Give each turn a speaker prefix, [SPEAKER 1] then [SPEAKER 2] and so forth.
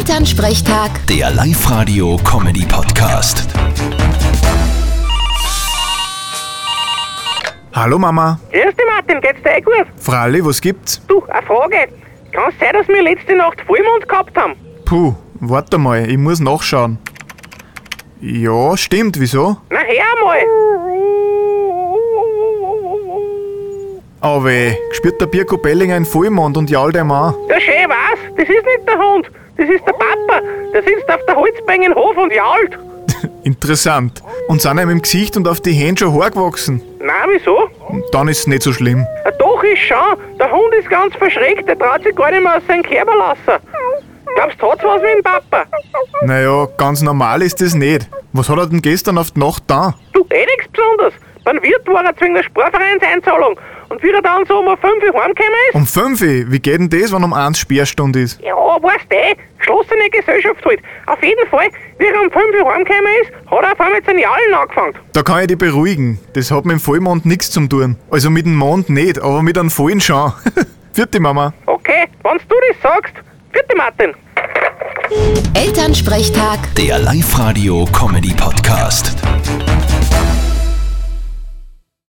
[SPEAKER 1] Elternsprechtag,
[SPEAKER 2] Der Live-Radio-Comedy-Podcast.
[SPEAKER 3] Hallo Mama.
[SPEAKER 4] Grüß dich, Martin, geht's dir eh gut?
[SPEAKER 3] Fralli, was gibt's?
[SPEAKER 4] Du, eine Frage. Kann es sein, dass wir letzte Nacht Vollmond gehabt haben?
[SPEAKER 3] Puh, warte mal, ich muss nachschauen. Ja, stimmt, wieso?
[SPEAKER 4] Na, her mal!
[SPEAKER 3] Oh weh, gespürt der Birko Belling einen Vollmond und jault ihm an.
[SPEAKER 4] Ja, schön, was? Das ist nicht der Hund, das ist der Papa. Der sitzt auf der Holzbank im Hof und jault.
[SPEAKER 3] Interessant. Und sind ihm im Gesicht und auf die Hände schon Haar gewachsen.
[SPEAKER 4] Na, wieso?
[SPEAKER 3] Und Dann ist's nicht so schlimm.
[SPEAKER 4] Ja, doch, ist schon. Der Hund ist ganz verschreckt, der traut sich gar nicht mehr aus seinem Körper lassen. Glaubst du, hat's was mit dem Papa?
[SPEAKER 3] Naja, ganz normal ist das nicht. Was hat er denn gestern auf die Nacht da?
[SPEAKER 4] Du, eh nichts Besonderes. Beim Wirt war er zwingend der Sportvereinseinzahlung. Und wie er dann so um 5 Uhr heimgekommen ist,
[SPEAKER 3] Um 5 Uhr, wie geht denn das, wenn um 1 Sperrstunde ist?
[SPEAKER 4] Ja, weißt du, eh, geschlossene Gesellschaft halt. Auf jeden Fall, wie er um 5 Uhr heimgekommen ist, hat er auf einmal mit seinen Jahlen angefangen.
[SPEAKER 3] Da kann ich dich beruhigen. Das hat mit dem Vollmond nichts zu tun. Also mit dem Mond nicht, aber mit einem vollen schon. Vierte Mama.
[SPEAKER 4] Okay, wenn du das sagst, bitte Martin.
[SPEAKER 1] Elternsprechtag.
[SPEAKER 2] Der Live-Radio-Comedy-Podcast.